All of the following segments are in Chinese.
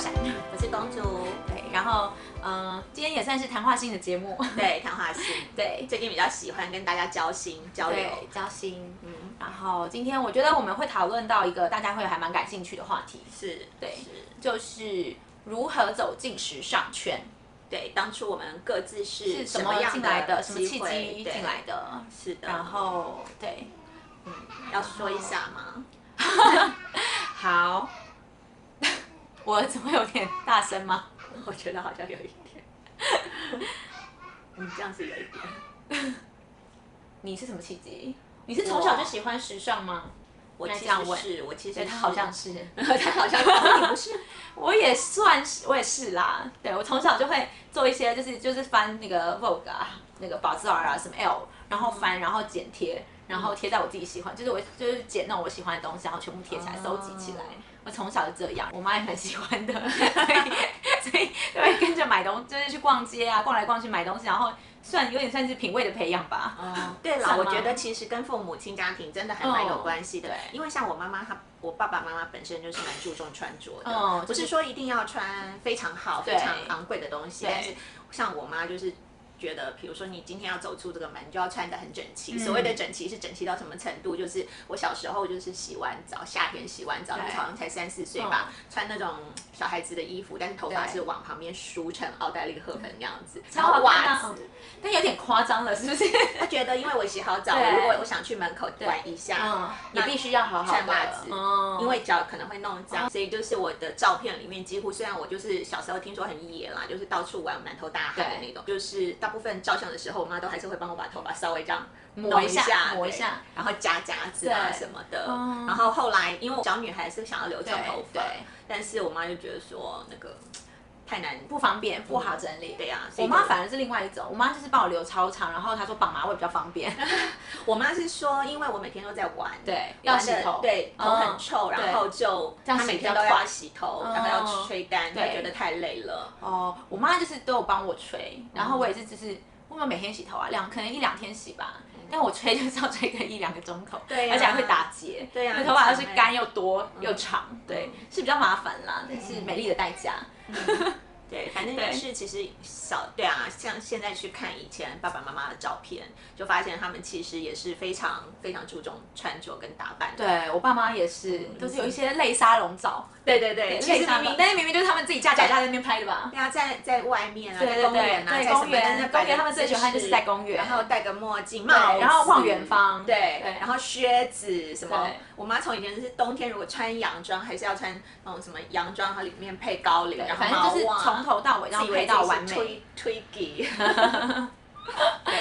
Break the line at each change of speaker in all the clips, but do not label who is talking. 是公主，
对，然后嗯、呃今天也算是谈话性的节目，
对，谈话心，
对
最近比较喜欢跟大家交心交流，
对，交心。
嗯，
然后今天我觉得我们会讨论到一个大家会还蛮感兴趣的话题，
是，
对
是，
就是如何走进时尚圈，
对，当初我们各自是
是什
什
么
样
进来的，
的
什么契
机会
机进来，的，
对是的，
然后对，
要说一下吗？
好， 我怎么有点大声吗？
我觉得好像有一点， 嗯，这样子有一点，
你是什么契机？你是从小就喜欢时尚吗？
我
那
其
这样
实
问
是，我其实
对他好像
是，
是，
他好像是，你不是，
我也算是，我也是啦。对我从小就会做一些，就是就是翻那个 Vogue 啊，那个宝姿儿啊，什么 L，然后翻，然后剪贴，然后贴在我自己喜欢，就是我就是剪那种我喜欢的东西，然后全部贴起来，
哦
收集起来。我从小就这样，我妈也蛮喜欢的， 所以所以就会跟着买东，就是去逛街啊，逛来逛去买东西，然后算有点算是品味的培养吧。
哦，对了，
算
我
吗
觉得其实跟父母亲家庭真的还蛮有关系的，
哦对
因为像我妈妈她。我爸爸妈妈本身就是蛮注重穿着的，
哦
不是
就是
说一定要穿非常好、非
对
常昂贵的东西，
对
但是像我妈就是觉得，比如说你今天要走出这个门，就要穿得很整
嗯
齐。所谓的整齐是整齐到什么程度？就是我小时候就是洗完澡，夏天洗完澡，
对嗯
那时候好像才三四岁吧，穿那种小孩子的衣服，但是头发
对
是往旁边梳成奥黛丽·赫本那样子，
超
然
好
后
看
袜
啊
子。
但有点夸张了，是不是？
他觉得，因为我洗好澡，
对
如果我想去门口玩一
嗯
下，，
你必须要好好
穿
的
袜子
嗯，
因为脚可能会弄脏，所以就是我的照片里面几乎，虽然我就是小时候听说很野啦，就是到处玩满头大汗的那种，就是大部分照相的时候，我妈都还是会帮我把头发稍微这样
磨
弄
一下
下，
磨一
对
下
然后夹夹子啊
对
什么的。
嗯
然后后来因为小女孩是想要留长
对
头发
对，
但是我妈就觉得说那个太难，
不方便，不好整理。
对啊所以
我
就
妈反而是另外一种，我妈就是帮我留超长，然后她说绑马尾比较方便。
我妈是说，因为我每天都在玩，
对
玩
要洗
得
头
对，头很
嗯
臭，
对
然后就
这样
她
洗
每
比
天
较
都要
快
洗头，
哦
然后要吹干，她
对
觉得太累了。
哦，我妈就是都有帮我吹，然后我也是就是我们每天洗头啊，两可能一两天洗吧，但我吹就是要吹个一两个钟头，
对啊
而且还会打结，
对啊
因为头发
很
是
长欸
干又多又长，对，是比较麻烦啦，但是美丽的代价。
对，反正
对
就是其实小对啊，像现在去看以前爸爸妈妈的照片，就发现他们其实也是非常非常注重穿着跟打扮的。
对我爸妈也是，都是有一些类沙龙照，
对对对，其
类
实
沙
明
龙
明，
但是明明就是他们自己架脚架在那边拍的吧？
对啊，在在外面啊，
对
在
对
公
对
园，啊，在
对
什么
公园，
在
公
摆
园
的
他们最喜欢就
姿
是
势
在公园，
然后戴个墨镜、
对
帽子，
然后望远方
对，
对
然后靴子什么
对，
我妈从以前是冬天如果穿洋装，还是要穿那种什么洋装，它里面配高领，然后
反正就是
毛袜
从头到尾，然后
自以为
配
自己
到
是
完美。
推推给。 对，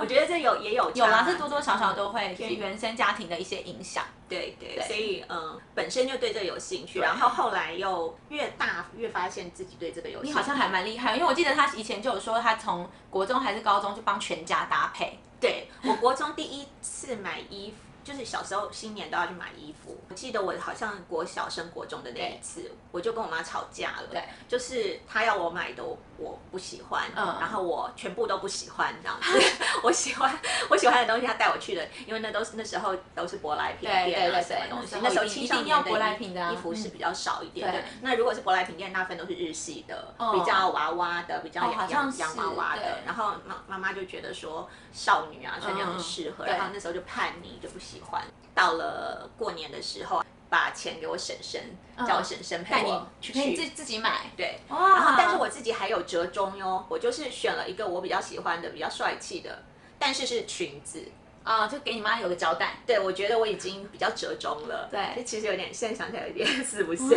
我觉得这有也有差
有啦，这多多少少都会
对
原生家庭的一些影响。
对对，
对
所以嗯，本身就对这有兴趣，然后后来又越大越发现自己对这个有兴趣。
你好像还蛮厉害，因为我记得他以前就有说，他从国中还是高中就帮全家搭配。
对我国中第一次买衣服，就是小时候新年都要去买衣服。我记得我好像国小升国中的那一次，我就跟我妈吵架了。
对，
就是她要我买的我，我不喜欢，
嗯
然后我全部都不喜欢这样子。 我喜欢我喜欢的东西，她带我去的，因为那都是那时候都是舶来品店啊，
对对对
什么东西
对。
那时候
一定
青少
一定要
年的
舶来品的啊
衣服是比较少一点
嗯
的
对。
那如果是舶来品店，大部分都是日系的，
哦
比较娃娃的，比较
哦好
洋
像
洋
是
洋娃娃的
对，
然后妈妈妈就觉得说少女啊穿这样很
嗯
适合，
对
然后那时候就叛逆就不喜欢。到了过年的时候，把钱给我婶婶，叫我婶婶陪
带嗯你
我
去，可以自自己买。
对。
哇
然后，但是我自己还有折中哟，我就是选了一个我比较喜欢的、比较帅气的，但是是裙子。
啊，就给你妈有个交代。
对，我觉得我已经比较折中了。
对
这其实有点，现在想起来有点四 不像。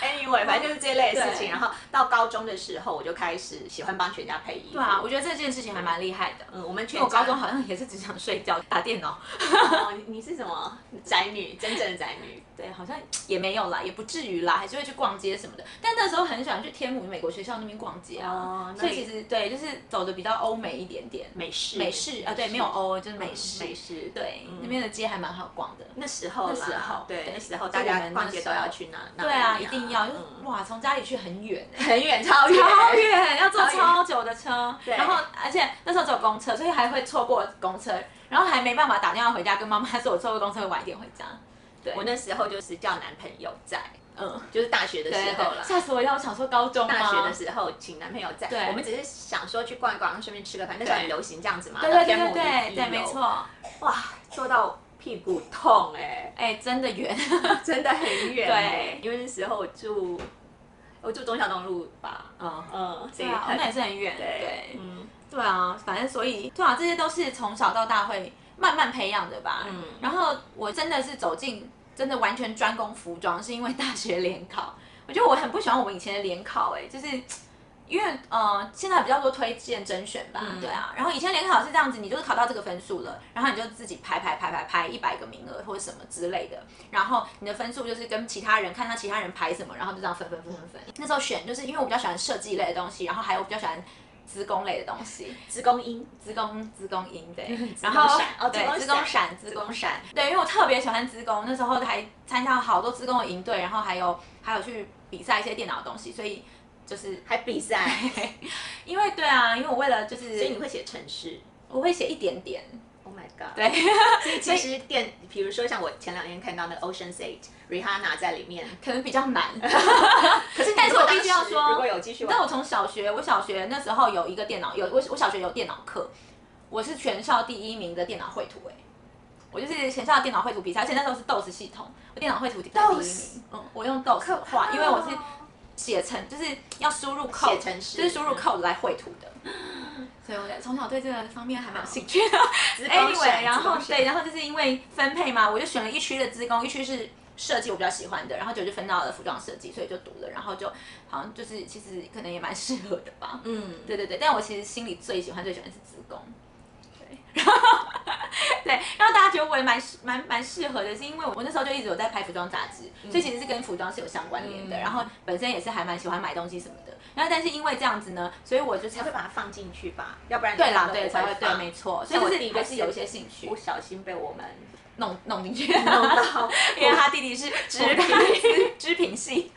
anyway，反正就是这类的事情。
对
然后到高中的时候，我就开始喜欢帮全家配衣服。
对啊，我觉得这件事情还蛮厉害的。
嗯，我们全
因为我
家
高 中好像也是只想睡觉、打电脑，
哦，你你是什么宅女？真正的宅女？
对，好像也没有啦，也不至于啦，还是会去逛街什么的。但那时候很喜欢去天母美国学校那边逛街啊
哦，那
所以
里
其实对，就是走的比较欧美一点点，
美式呃嗯
美式啊，对，没有欧，就是美式，
美式
对，
嗯
那边的街还蛮好逛的。
那时候啦，
那时候
对
对
那时候
就
大
我
家
们
逛
那
街
时
都要
候
去那那
对啊，一定要，就
就是
哇，从家里去很远欸
很远嗯超远
超远，要坐
超远
超久的车，
对
然后而且那时候只有公车，所以还会错过公车，然后还没办法打电话回家跟妈妈说，我错过公车会晚一点回家。对，
我那时候就是叫男朋友在，
嗯，
就是大学的时
对
候
对，
啦。
吓死我一跳！我想说高中吗
大学的时候，请男朋友在，
对
我们只是想说去逛一逛，然后顺便吃个饭，那时候很流行这样子嘛，
对对对
天母
对对
一
对，没，
一游
错，
哇，坐到屁股痛哎、
哎，真的远，
真的很远、欸
对
因为那时候我住我住中小东路吧，
嗯，
嗯，所
对
以
啊，
很
那也是很远，
对
对，
嗯，
对啊，反正所以对啊，这些都是从小到大会慢慢培养的吧。
嗯
然后我真的是走进真的完全专攻服装，是因为大学联考，我觉得我很不喜欢我们以前的联考、哎，就是。因为呃，现在比较多推荐甄选吧，
嗯
对啊。然后以前联考是这样子，你就是考到这个分数了，然后你就自己排排排排排一百个名额或者什么之类的，然后你的分数就是跟其他人看他其他人排什么，然后就这样分分分分分。那时候选就是因为我比较喜欢设计类的东西，然后还有我比较喜欢资工类的东西，
子宫音，，
资工资工营对然
资工
后
闪哦资
对资
工闪
工闪资工闪对，因为我特别喜欢资工，那时候还参加好多资工的营队，然后还有还有去比赛一些电脑的东西，所以就是
还比赛，
因为对啊，因为我为了就
所以你
是
会写程式
我会写一点点，
，Oh my god，
对，
其实电，比如说像我前两天看到那个 Ocean's Eight Rihanna 在里面，
可能比较难。
可是
但是我
如果
必须要
当时
说
如果有继续
但我
玩，
从小学，我小学那时候有一个电脑，有我我小学有电脑课，我是全校第一名的电脑绘图、欸，我就是全校电脑绘图比赛，而且那时候是 DOS 系统，我电脑绘图比赛第一
DOS
名，嗯，我用 DOS 画，因为我是写成就是要输入 code，
写程式
就是输入 code 来绘图的。嗯所以我从小对这个方面还蛮有兴 趣的。
子宫闪
anyway，然后
子宫闪
对，然后就是因为分配嘛，我就选了一区的职工，一区是设计我比较喜欢的，然后就就分到了服装设计，所以就读了，然后就好像就是其实可能也蛮适合的吧。
嗯，
对对对，但我其实心里最喜欢最喜欢是职工。对，然后对，然后大家觉得我也蛮适蛮蛮适合的，是因为我那时候就一直有在拍服装杂志，所以其实是跟服装是有相关联的。
嗯
然后本身也是还蛮喜欢买东西什么的。然后但是因为这样子呢，所以我就是
才会把它放进去吧，要不然
对啦
你，都
对
不
才会对，
放
没错，所
像
以
我
就
弟
是
弟
还是有一
是
些兴趣
不小心被我 们
弄弄进去，
弄到
因为他弟弟是织品织品系，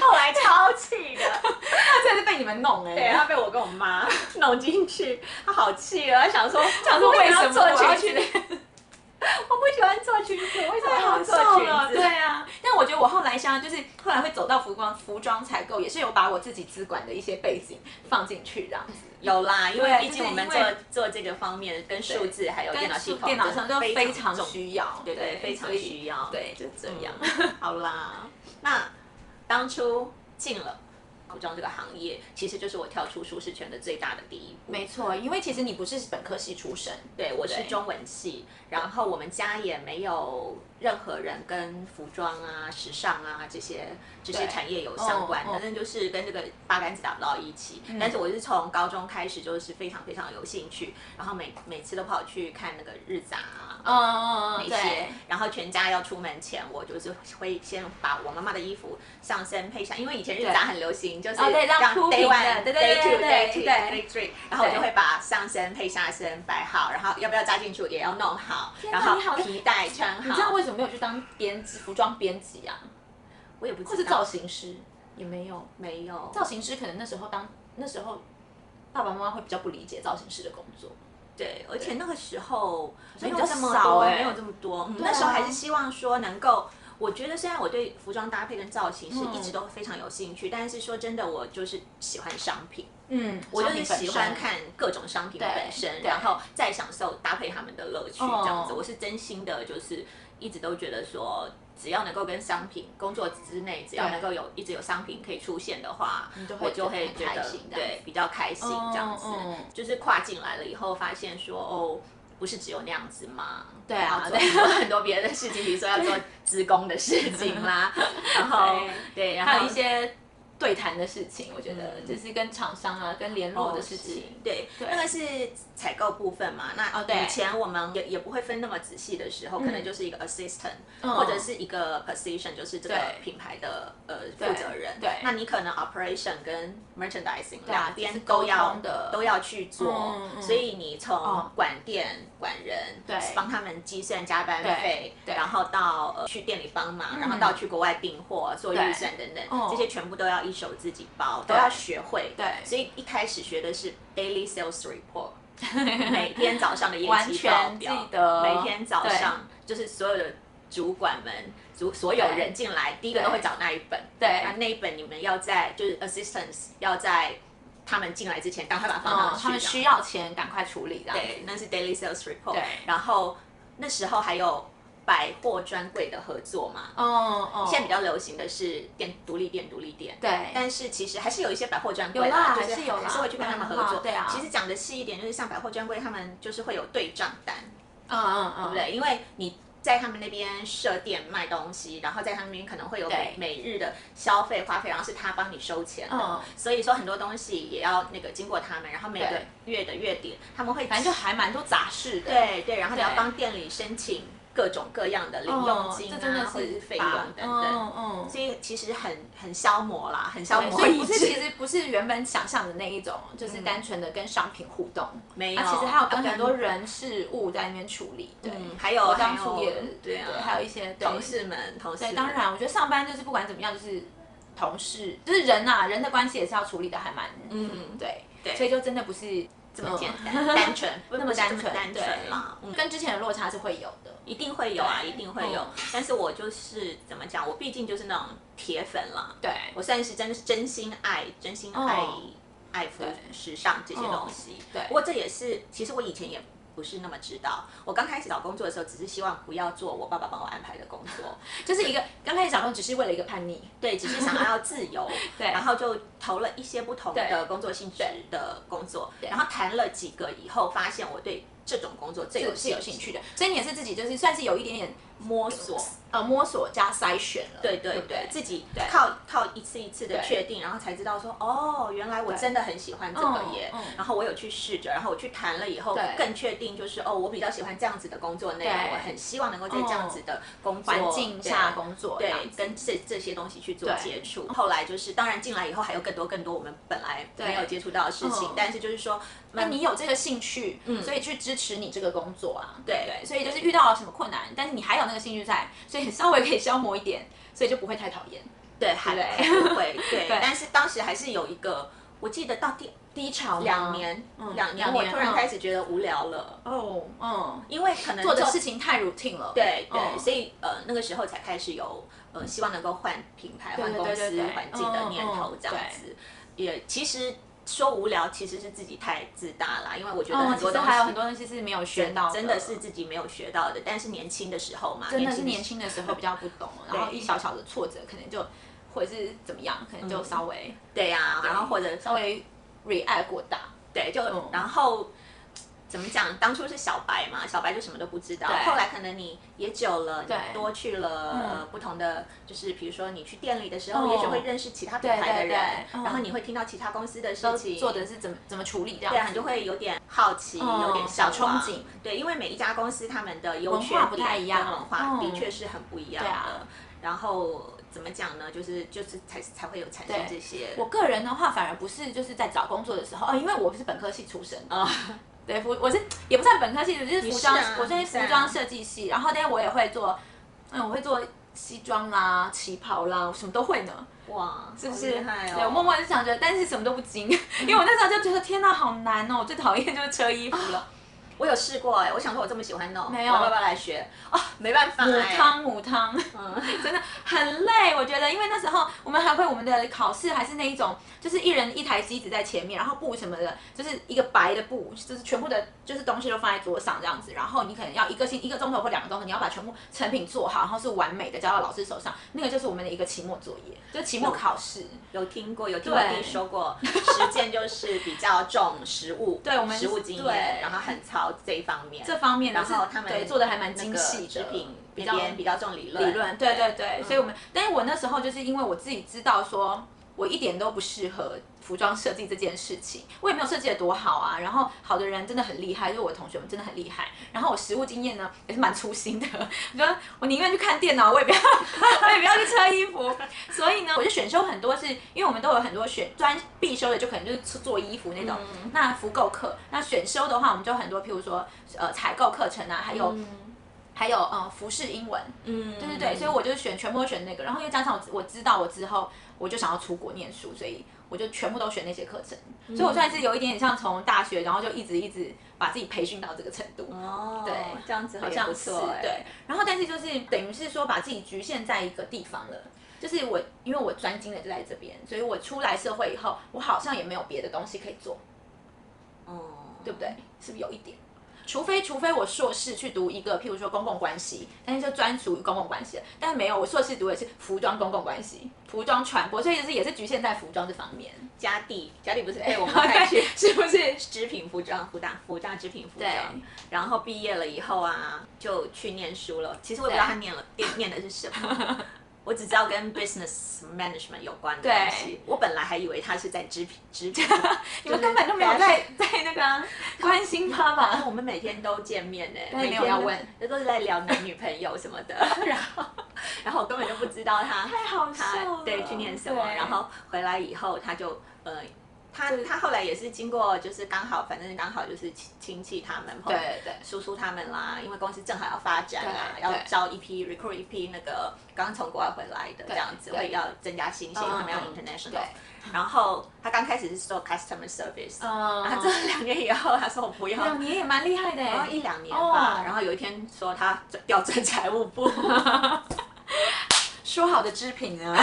后来超气的，
他真的是被你们弄哎、
对他被我跟我妈 弄进去，他好气了，他想说
想说为什么
做
我要
裙
去
子？ 我不喜欢做裙子，为什么
太
要
好
做
做
裙
了，
子？
对啊。但我觉得我后来像就是后来会走到服装服装采购，也是有把我自己资管的一些背景放进去这样子。
有啦，因为
对
毕
就
竟
是
我们
因
做
为
做这个方面跟数字还有电脑系统，
电脑上就非常
重
需要，
对对，非常
所以
需要。
对，就这 样。
嗯好啦，那当初进了服装这个行业，其实就是我跳出舒适圈的最大的第一步。
没错，因为其实你不是本科系出身，
对，我是
对
中文系，然后我们家也没有任何人跟服装啊、时尚啊这些这些
对
产业有相关
哦
的，
嗯哦
反正就是跟这个八竿子打不到一起。但是我是从高中开始就是非常非常有兴趣，然后每每次都跑去看那个日杂啊，
嗯嗯嗯，
一些
对，，
然后全家要出门前，我就是会先把我妈妈的衣服上身配上，因为以前日杂很流行，就是
哦对这样
让
铺
day
平的
one、
对
day
对
two、
对
day
对
three、
对
day three，然后我就会把上身配下身摆好，然后要不要扎进去也要弄好，
哪
然后
你好厉害
皮带穿
你知道
好，
为什么没有去当编辑服装编辑啊，
我也不
或
知
是
道
造，型师？也没有，
没有，
造型师可能那时候当那时候爸爸妈妈会比较不理解造型师的工作，
对，而且那个时候没有
比较
这么
少
多，
欸
没有这么多。嗯
对啊
那时候还是希望说能够，我觉得虽然我对服装搭配跟造型是
嗯
一直都非常有兴趣，但是说真的，我就是喜欢商品，
嗯，
我
我
就是喜欢看各种商品本身，
对
然后再享受搭配他们的乐趣，这样子。
哦
我是真心的，就是一直都觉得说。只要能够跟商品工作之内，只要
对
能够有一直有商品可以出现的话，
就会
我就会觉
很开
得
心这样子
对比较开心这样子。
哦哦
就是跨进来了以后，发现说哦，不是只有那样子嘛，
对啊
然后做很多很多别的事情，比如说 要做职工的事情啦，然后对，然后
还有一些对谈的事情，我觉得
嗯
就是跟厂商啊、跟联络的事情，
哦对，那个是采购部分嘛。那
哦对
以前我们也也不会分那么仔细的时候，可能就是一个 assistant、
嗯
或者是一个 position，就是这个
对
品牌的呃负责人。
对
那你可能 operation 跟 merchandising
啊
两边
就是
都
沟
要
通的
都要去做，
嗯嗯
所以你从
哦
管店、管人，
对
帮他们计算加班
对
费，
对嗯
然后到呃去店里帮忙，然后到去国外订货、做预
对
算等等，
哦
这些全部都要一手自己包，都要学会。
对
所以一开始学的是 daily sales report，每哦天早上的业
完
绩报
全记
表，
得
每天早上就是所有的主管们组所有人进来，第一个都会找那一本。
对
那那一本你们要在就是 assistance 要在他们进来之前赶快把它放上
嗯，
去。
他们
这样
需要钱，赶快处理这样子。
对，那是 daily sales report。
对
然后那时候还有百货专柜的合作嘛，
哦哦，
现在比较流行的是店独立店、独立店。
对，
但是其实还是有一些百货专柜
有啦
就是
还是有啦
还是会去跟他们合
当然
作。
啦对啊
其实讲的细一点，就是像百货专柜，他们就是会有对账单，
嗯嗯嗯，
对不对？因为你在他们那边设店卖东西，然后在他们那边可能会有每
对
每日的消费花费，然后是他帮你收钱的，
嗯
所以说很多东西也要那个经过他们，然后每个
对
月的月底他们会
反正就还蛮多杂事的。
对对，然后你要
对
帮店里申请各种各样的零
嗯，
用金啊，
这真的
或者是
是
费用
把
等等，
嗯嗯。
所以其实很很消磨啦，很消
对
磨
所以
意
不
志
是，其实不是原本想象的那一种，就是单纯的跟商品互动，
嗯没有
啊，其实还有
要
跟
跟
很多人事物在那边处理，对，
嗯还有
我当
还有
初也
对啊
还有一些对
同事们，同事
对，
们
当然，我觉得上班就是不管怎么样，就是同事，就是人啊，人的关系也是要处理的，还蛮，
嗯
对，
对
所以就真的不是这
很简单，单纯，不
那
不
么
是
单
这
纯，
单纯啦，
对，
嗯，
跟之前的落差是会有的，
一定会有啊，
对
一定会有
嗯，
但是我就是怎么讲，我毕竟就是那种铁粉啦，
对，
我算是真的是真心爱，真心爱、
哦
爱服
对
时尚这些东西。
嗯对
不过这也是，其实我以前也不是那么知道。我刚开始找工作的时候，只是希望不要做我爸爸帮我安排的工作，
就是一个刚开始找工作只是为了一个叛逆，
对，只是想要自由。
对
然后就投了一些不同的
对
工作性质的工作，
对
然后谈了几个以后，发现我对这种工作最有
是是有兴趣的，所以你也是自己就是算是有一点点
摸索。
呃摸索加筛选了，
对对
不
对，自己
对
靠靠一次一次的
对
确定，然后才知道说，哦，原来我
对
真的很喜欢这个
嗯
耶
嗯。
然后我有去试着，然后我去谈了以后
对，
更确定就是，哦，我比较喜欢这样子的工作内容，
对
我很希望能够在这样子的工作
环境下工作
对
这样
对
子
跟这这些东西去做
对
接触。后来就是，当然进来以后还有更多更多我们本来没有接触到的事情
嗯，
但是就是说，
那你有这个兴趣，所以去支持你这个工作啊，
对
嗯对，所以就是遇到了什么困难，但是你还有那个兴趣在，所以稍微可以消磨一点， 所以就不会太讨厌。
对还
对
还不 会对，
对
但是当时还是有一个，我记得到第
低潮吗
两年，
嗯
两年
两
我
年
突然
嗯
开始觉得无聊了。
哦，嗯，
因为可能
做的
做
事情太 routine 了，
对对，
嗯
所以呃那个时候才开始有呃希望能够换品牌、换
对
公
对
司
对、
环境的念头
嗯嗯
这样子。也其实说无聊，其实是自己太自大啦，因为我觉得
嗯，
很
其
多
实
东
还有很
西
多东西是没有学到
真的是自己没有学到的，但是年轻的时候嘛，
真的是年
时
轻的时候比较不懂，然后一小小的挫折可能就或者是怎么样，可
嗯
能就稍微
对呀，然后或者
稍微 react 过大，
对，就、
嗯
然后怎么讲？当初是小白嘛，小白就什么都不知道。
对
后来可能你也久了，你
对
多去了、呃
嗯
不同的，就是比如说你去店里的时候，
哦
也许会认识其他品牌的
对对对
人，
嗯
然后你会听到其他公司的事
都
情，
做的是怎么怎么处理这样
对啊，
子，
你就会有点好奇，
嗯
有点向
小
往
憧憬。
对，因为每一家公司他们的优
文
缺
化不
点
太一样
跟文化的
嗯
确是很不一样的。
对啊
然后怎么讲呢？就是就是才才会有产生
对
这些。
我个人的话，反而不是就是在找工作的时候，哦，因为我不是本科系出身，
啊、
对服我是也不算本科系，我就是
你
服
是
装，
啊
我是
你是啊
服装设计系，然后但是我也会做，嗯，我会做西装啦、旗袍啦，我什么都会呢，
哇，
是不
好
是？
厉害哦！
对，我默默就想着，但是什么都 不精，因为我那时候就觉得天哪，好难哦，我最讨厌就是车衣服了，
我有试过哎、我想说我这么喜欢弄，
没有
我要不要来学？哦，没办法
母
哎、嗯
汤母汤，真的很累。我觉得，因为那时候我们还会我们的考试还是那一种，就是一人一台机子在前面，然后布什么的，就是一个白的布，就是全部的，就是东西都放在桌上这样子。然后你可能要一个星一个钟头或两个钟头，你要把全部成品做好，然后是完美的交到老师手上。那个就是我们的一个期末作业，就是期末考试。
有听过，有听我
对
弟说过，实践就是比较重实物，
对我们
实物经
对
验，然后很操这一方面。
这方面
然
就是
后哦他们
对做的还蛮精
那
细的，
个织品
比
那
较
边比较重理论，
理论，对对对，所以我们，但是我那时候就是因为我自己知道说，我一点都不适合服装设计这件事情，我也没有设计的多好啊，然后好的人真的很厉害，就是我的同学们真的很厉害，然后我实务经验呢也是蛮粗心的，我觉得我宁愿去看电脑，我也不要，我也不要去车衣服，所以呢，我就选修很多是，因为我们都有很多选专必修的，就可能就是做衣服那种，那服购课，那选修的话，我们就很多，譬如说呃采购课程啊，还有。还有呃服饰英文，
嗯，对
对对对，所以我就选全部都选那个，然后又加上我知我知道我之后我就想要出国念书，所以我就全部都选那些课程。所以
嗯
我算是有一点点像从大学，然后就一直一直把自己培训到这个程度。
哦，
对，
这样子
好
好像
像
不
是
错哎，
对，然后但是就是等于是说把自己局限在一个地方了，就是我因为我专精的就在这边，所以我出来社会以后，我好像也没有别的东西可以做，
哦，
对不对？是不是有一点？除非除非我硕士去读一个，譬如说公共关系，但是就专属于公共关系了，但是没有，我硕士读的是服装公共关系、服装传播，所以就是也是局限在服装这方面。
家地，家地不是被我们派去
对， 是不是？
织品服装，福大福大织品服
对
装，然后毕业了以后啊，就去念书了。其实我也不知道他念了念念的是什么，我只知道跟 business management 有关的东西
对。
我本来还以为他是在织品织品，
你们根本就没有在在那个啊关心他吧？
我们每天都见面呢、每
没有
天
要问，
都是在聊男女朋友什么 的，然后然后我根本就不知道他
太好笑
他
了。
对去念什么，
对
然后回来以后他就呃。他
对
他后来也是经过，就是刚好，反正刚好就是亲亲戚他们朋
对
友
对对，
叔叔他们啦，因为公司正好要发展啦，
对
要
对
招一批 recruit 一批那个刚从国外回来的这样子，
对
会要增加新血，因为他们要
嗯嗯
international。然后他刚开始是做 customer service，
嗯，
他做了两年以后，他说我不要。
两年也蛮厉害的
然
哎
后，一两年吧
哦
然后有一天说他转调转财务 部，
说好的织品啊，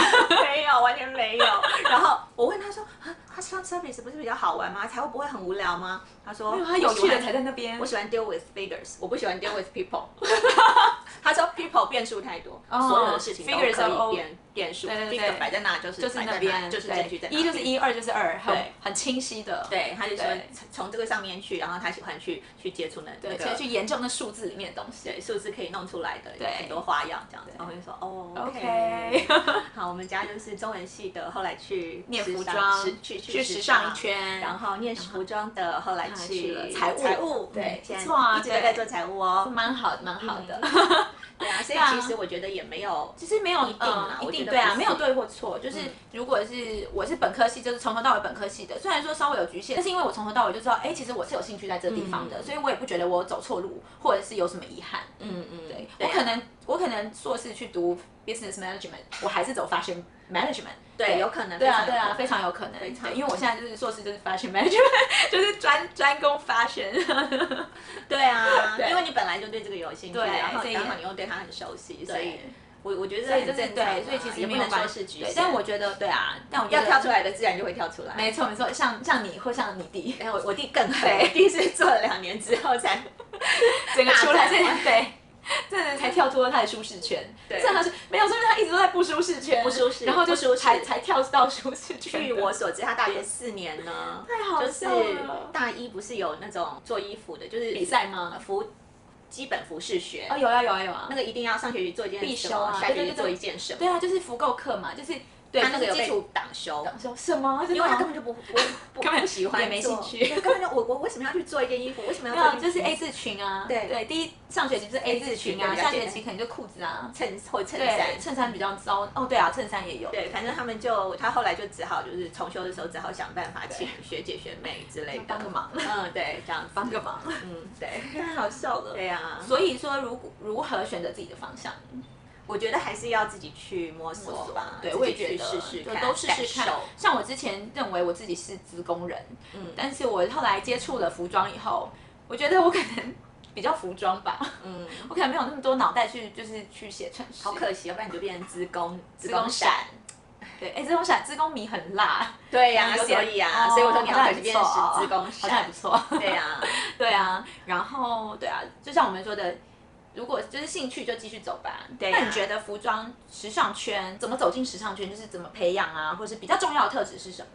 没有，完全没有。然后我问他说啊，customer service 不是比较好玩吗？财务不会很无聊吗？他说
因为他有趣的
才。
才在那边
我。喜欢 deal with figures，我不喜 欢 deal with people。他 说 people 变数太多
哦
所有的事情都
figures
可
都
以
O-
变变数
对对对
，figure 摆在那就是
就是
摆
那
在那，
边，
就是
对
证据在哪
一就是
边。
一，二就是二，
对
很很清晰的。
对，他就说
对
从从这个上面去，然后他喜欢去去接触那那
对，所以
个
去研究那数字里面的东西。
对数字可以弄出来的
对
很多花样这样子。
对
然后我就说哦
OK
好，我们家就是中文系的，后来去
念
时
服
尚
装
时去
去时尚一圈
然后念服装的，后来
后
去
去了财务
财务
对
现在
不错啊
一直都在
对
做财务哦。
蛮好，蛮好
嗯
的。
对啊，所以
对啊
其实我觉得也没有，
其实没有
一定啦
嗯
我
一
觉
定
得
对
不
啊，
是
没有对或错。就是如果是我是本科系，就是从头到尾本科系的，虽然说稍微有局限，但是因为我从头到尾就知道，哎，其实我是有兴趣在这个地方的，
嗯
所以我也不觉得我走错路，或者是有什么遗憾。
嗯嗯，对
我
啊
可能我可能硕士去读 business management，我还是走 fashion management。
对有可能，
对啊，
非
对
常有
啊，
可能
非常有可能。
非常
对，因为我现在就是硕士，就是 fashion management，就是 专专攻 fashion。
对啊，
对
因为你本来就对这个有兴趣，
对
然后
所以
刚好你又对它很熟悉，所以
对，
我我觉得
所以
很
就是
正常啊
对，所以其实
也不
没有
能
关
说
系
是局
对
限，
但我觉得对啊，但我觉
要
得
跳出来的自然就会跳出来。
没错没错，像像你或像你 弟，
哎，我我弟更狠，
对
我弟是做了两年之后才
整个出来
大展
这对。真的才跳脱了他的舒适圈，
对
这好是没有，说明他一直都在不舒适圈，
不舒适
然后就
不舒适
才才跳到舒适圈的。
据我所知，他大学四年呢，
太好
就是
笑了
大一不是有那种做衣服的，就是
比赛吗
呃服基本服饰学，
哦，有啊有啊有啊
那，个一定要上学期做一件
必
什
修
么
啊
下
对
学
对
期
对
做
对
一件什么，
对啊，就是复购课嘛，就是对，
他那个
就
有
是基
被
础
党修，
说什么？因
因为他根本就不不 不
根本
不喜欢
也没
做
兴趣
对根本就我我为什么要去做一件衣服？为什么要
没有，
做
就是 A
字
字群啊，
对
对，第一上学期就是 A 字群
对
啊，
比较
下
简单
学期可能就裤子啊，
衬或衬衫
对，？衬衫比较糟哦，对啊，衬衫也有，
对，反正他们就他后来就只好就是重修的时候只好想办法请学姐学妹之类的
帮个忙
嗯，对，这样子
帮个忙，
嗯，对，
太好笑了
对啊呀、
所以说，如果如何选择自己的方向，
我觉得还是要自己去摸索吧，
对，
自己
我也觉
去
得
试试
就
看，
都试试
感
看
受。
像我之前认为我自己是职工人，
嗯
但是我后来接触了服装以后，我觉得我可能比较服装吧，
嗯，
我可能没有那么多脑袋去就是去写程式，
好可惜，要不然你就变成资工资
职工闪。对，哎，职工闪，职工迷很辣，
对呀、
有点
嗯所以啊哦呀、所以我说你要回去变成资工
好像也
闪
不。错。
对呀、
对啊，然后对啊，就像我们说的，如果就是兴趣就继续走吧。
对啊
那你觉得服装时尚圈怎么走进时尚圈，就是怎么培养啊，或是比较重要的特质是什么？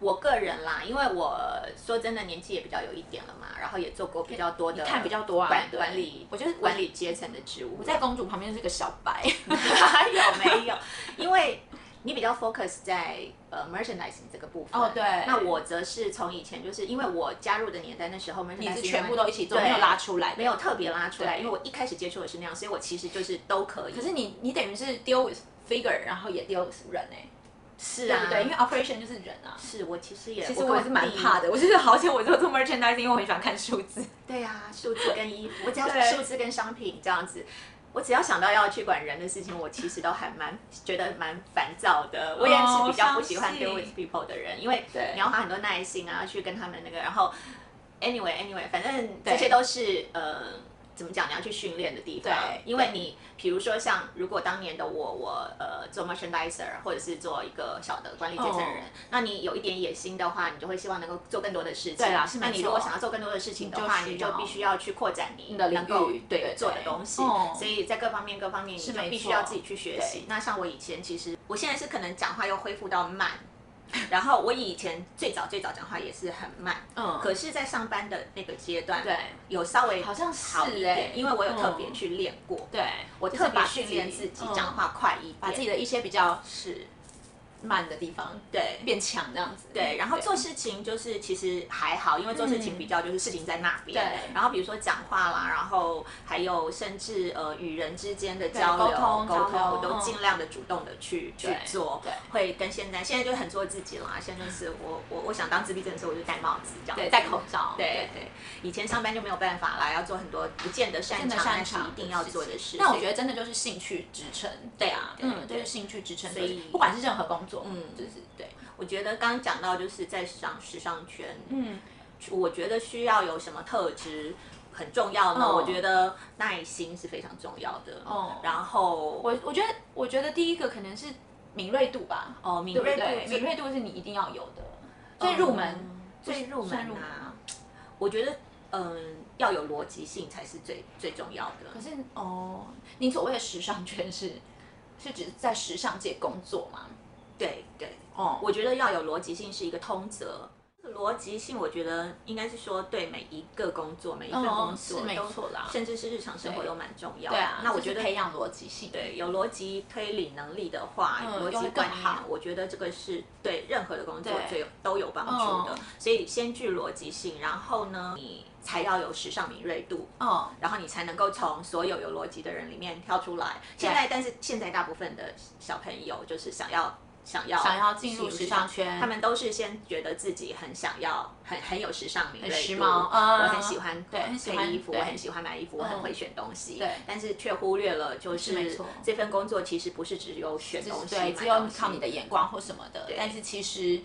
我个人啦，因为我说真的年纪也比较有一点了嘛，然后也做过比较多的，
看比较多啊
管
对
管理，
我觉得
管理阶层的职务。
我在公主旁边是个小 白，
还有没有？ 因为你比较 focus 在呃 merchandising 这个部分。
哦对
那我则是从以前就是因为我加入的年代，那时候 merchandising
你是全部都一起做，没有拉出来
没
的。
有特别拉出来，因
对
为我一开始接触的是那样，所以我其实就是都可以。
可是你你等于是丢 figure，然后也丢人哎、
是
对
啊，
不对？因为 operation 就是人啊。
是我其实也，
其实
跟
我也是蛮
弟
怕。的，我就是好险，我就做 merchandising，因为我很喜欢看数字。
对啊，数字跟衣服，我只要
对
数字跟商品这样子。我只要想到要去管人的事情，我其实都还蛮觉得蛮烦躁的。我也是比较不喜欢
我相信
deal with people 的人，因为
对
你要花很多耐心啊，去跟他们那个。然后，anyway anyway，反正
对
这些都是呃，怎么讲？你要去训练的地方
对。
因为你比如说像如果当年的我，我呃做 merchandiser 或者是做一个小的管理阶层的人
哦
那你有一点野心的话，你就会希望能够做更多的事情。
对啦啊是没
那你
错
如果想要做更多的事情的话，
你
你
就需要
就必须要去扩展你
的领
能够
域对
对
对
做的东西。
哦
所以。在各方面各方面，你就
没
必须
错
要自己去学
对
习。那像我以前，其实我现在是可能讲话又恢复到慢， 然后我以前最早最早讲话也是很慢，
嗯
可是，在上班的那个阶段，
对，
有稍微
好像是
好一点，
欸
因为我有特
嗯
别去练过，
对，我
特别训练自己嗯
嗯
讲话快一点，
把自己的一些比较
是
慢的地方
对。
变强这样子。嗯
对，然后做事情就是其实还好，因为做事情比较就是事情在那边。
对
然后比如说讲话啦，然后还有甚至呃与人之间的交流
对沟通
沟
交流
通，我都
嗯
尽量的主动的去去
对
做。
对
会跟现在现在就很做自己啦。现在就是我我我想当自闭症的时候，我就戴帽子这样。
对，戴口。罩，
对对，以前上班就没有办法啦，要做很多不见得擅
真的
长，
擅
但是
长
一定要做的事。
但我觉
得
得真的就是兴趣支撑，
对啊对
嗯，
对
就是兴趣支撑，
所以
不管是任何工作，嗯，
嗯
就是对，
我觉得刚刚讲到就是在时尚时尚圈，
嗯，
我觉得需要有什么特质很重要呢？
哦
我觉得耐心是非常重要的。
哦
然后
我我觉得我觉得第一个可能是敏锐度吧，
哦，敏
对不
锐度
对？
最
敏锐度是哦你一定要有的，最入门，
最入门
算入门
啊
吗，
我觉得嗯要有逻辑性才是最最重要
可
的。
是哦，你所谓的时尚圈是 是指在时尚界工作吗？
对对，
哦，
我觉得要有逻辑性是一个通则。逻辑性，我觉得应该是说对每一个工作、每一份工
哦
作
是
都、
没错啦
甚至是日常生活
对
都蛮重要的。
对啊，
那我
就是
觉得
培养逻辑性，
对，有逻辑推理能力的话，
嗯
逻
用
辑
得
观
更
念
好，
我觉得这个是对任何的工作
对
最有都有帮助的。
嗯
所以先具逻辑性，然后呢，你才要有时尚敏锐度。
哦，
然后你才能够从所有有逻辑的人里面挑出来。
对
现在，但是现在大部分的小朋友就是想要想要
想要进入时尚圈
他们都是先觉得自己很想要很很有时尚敏锐度，
很时髦嗯
我很喜欢
对很喜
配
欢
衣服，
对嗯
我很喜欢买衣服，我很会选东西，
对
但是却忽略了就是
没
是
错
这份工作其实不是只有选东西，
对，
买
只有
东西
靠你的眼光或什么的，但是其实，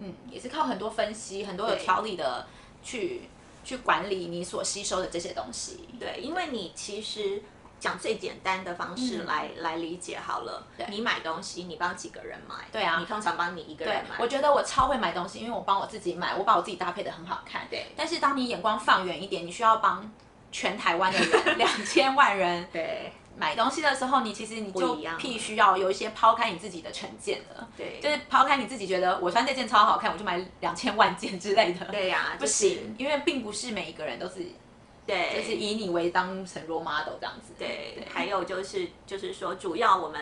嗯，也是靠很多分析、很多有
对
条理的去去管理你所吸收的这些东西。
对，因为你其实讲最简单的方式
嗯
来、来理解好了，你买东西，你帮几个人买？对
啊
你通常帮你一个人买。
我觉得我超会买东西，因为我帮我自己买，我把我自己搭配的很好看。
对
但是当你眼光放远一点，你需要帮全台湾的 人两千万人
对
买东西的时候，你其实你
不
就
一样
必须要有一些抛开你自己的成见了。
对
就是抛开你自己觉得我穿这件超好看，我就买两千万件之类的。
对呀、
不行，，因为并不是每一个人都是
对，
就是以你为当成 role model 这样子。
对，还有就是就是说，主要我们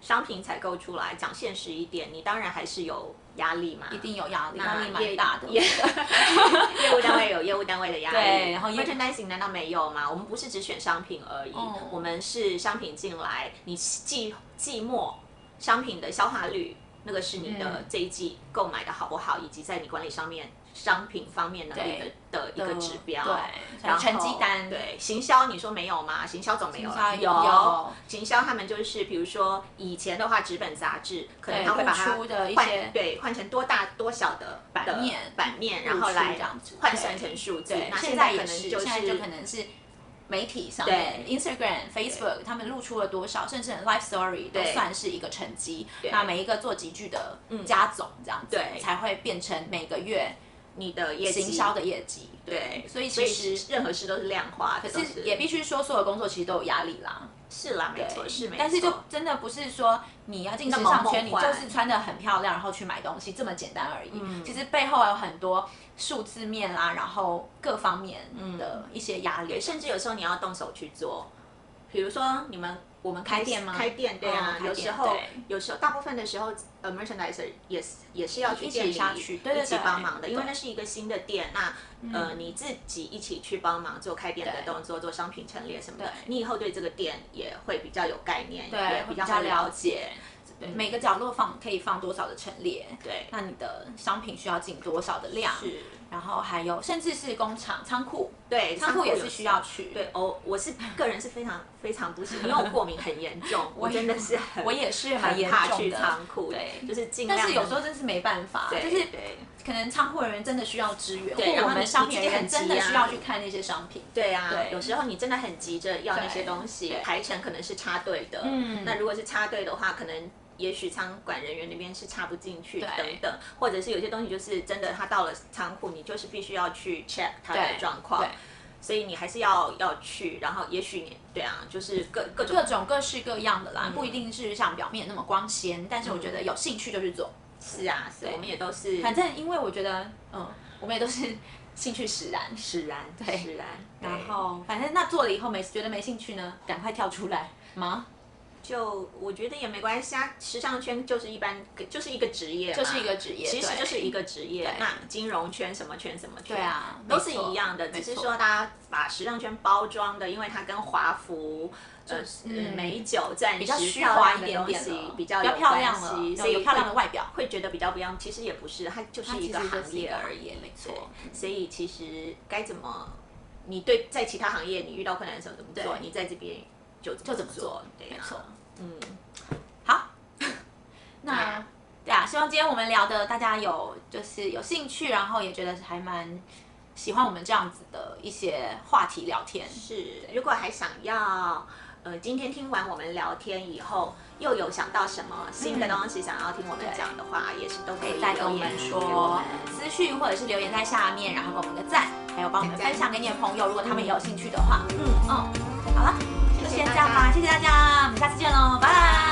商品采购出来讲现实一点，你当然还是有压力嘛，
一定有压力，压
那
力
业
蛮大的。
业业务单位有业务单位的压力，
对然后业
merchandising 难道没有吗？我们不是只选商品而已，
哦
我们是商品进来，你季季末商品的消化率，那个是你的
嗯
这一季购买的好不好，以及在你管理上面商品方面能力的的一个指标，
对
然后
成绩单
对行销，你说没有吗？行销总没有啦
行销有
行销，他们就是比如说以前的话，纸本杂志可能
对
他会把它
露出的一
换
些
对换成多大多小的版
面
版面，
露
然后
出
来
这样子
换算成数字
对。
那，
现
在
在
可
也
能
是，
就
现在就是可能是媒体上面，Instagram、Facebook，他们露出了多少，甚至 Life Story 都
对嗯
算是一个成绩。那每一个做几句的加总这样子，
对
才会变成每个月
你的业绩
行销的业绩。
对，
所以
所以
其实
是任何事都是量化，可
可是也必须说，所有工作其实都有压力啦。
是啦，没错
对
是没错，
但是就真的不是说你要进时
那么
尚
梦
圈，你就
幻
是穿的很漂亮，然后去买东西这么简单而已。
嗯
其实背后有很多数字面啦，然后各方面的一些压力。
对，甚至有时候你要动手去做，比如说你们我们开
开店吗
开店对啊
哦，开
有
店
时候
对
有时候大部分的时候，呃，merchandiser 也是也是要去
一起
店里
下去对对
一起
对
帮忙的，因为
对
那是一个新的店，那呃你自己一起去帮忙做开店的动作，做商品陈列什么的
对，
你以后对这个店也会比较有概念，
对
也比
会
较
比较
会
了
了
解
解。
每个角落放可以放多少的陈列，
对
那你的商品需要进多少的量，
是
然后还有甚至是工厂仓库，
对，
仓库也是需要
去。
去。
对，哦，我是个人是非常非常不喜，因为我过敏很严 重，我真的是很
我也是蛮
很
严
怕
重
去
的
仓库，
对
就是尽量。
但是有时候真是没办法，
对
就是
对
可能仓库人员真的需要支援，
对
或
然
我
后
们
你
商品人员
你自己
真
很急
的
啊
需要去看那些商品。
对啊，
对
有时候你真的很急着要那些东西
对，
排程可能是插队的。
嗯
那如果是插队的话，可能也许仓管人员那边是插不进去
对
等等，或者是有些东西就是真的，他到了仓库，你就是必须要去 check 他的
对
状况
对，
所以你还是要要去，然后也许你对啊，就是各各种
各种各式各样的啦，
嗯
不一定是像表面那么光鲜，但是我觉得有兴趣就去做。
是啊，是我们也都是
反正因为我觉得，嗯，我们也都是兴趣使然，
使然，
对
使然，
然
对
后反正那做了以后没觉得没兴趣呢，赶快跳出来吗？
就我觉得也没关系啊，时尚圈就是一般就是一个职业嘛，
就是一个职业
其实
对
就是一个职业
对。
那金融圈什么圈什么圈，
对啊
都是
没错
一样的，
没
只
错
是说大家把时尚圈包装的，因为它跟华服。呃，
嗯
美酒、钻
比较
石、
虚
漂
华
亮
一
的
点
东
点
西
了，
比较
比
有
较漂亮
关
了，
系
有
所以
有漂亮
会
的外表，
会觉得比较不一样，其实也不是，它就是一个
它其实就
行
是一
业
个
而已，
没错
对所以其实该怎么，你对在其他行业你遇到困难的时候怎么做，
对
你在这边就就
就怎么做
对
没
啊
错，
嗯，
好，
对
那
啊
对啊，希望今天我们聊的大家有就是有兴趣，然后也觉得还蛮喜欢我们这样子的一些话题聊天。
是，如果还想要。呃，今天听完我们聊天以后，又有想到什么新的东西想要听我们讲的话，也是都可
可以
以
再跟我
留
们
言给我
说
们
私讯或者是留言在下面，然后给我们个赞，还有帮我们分享给你的朋友，如果他们也有兴趣的话。
嗯，
嗯，好了，就
谢谢
先这
大
样吧，
家
谢谢大家，我们下次见喽，拜拜。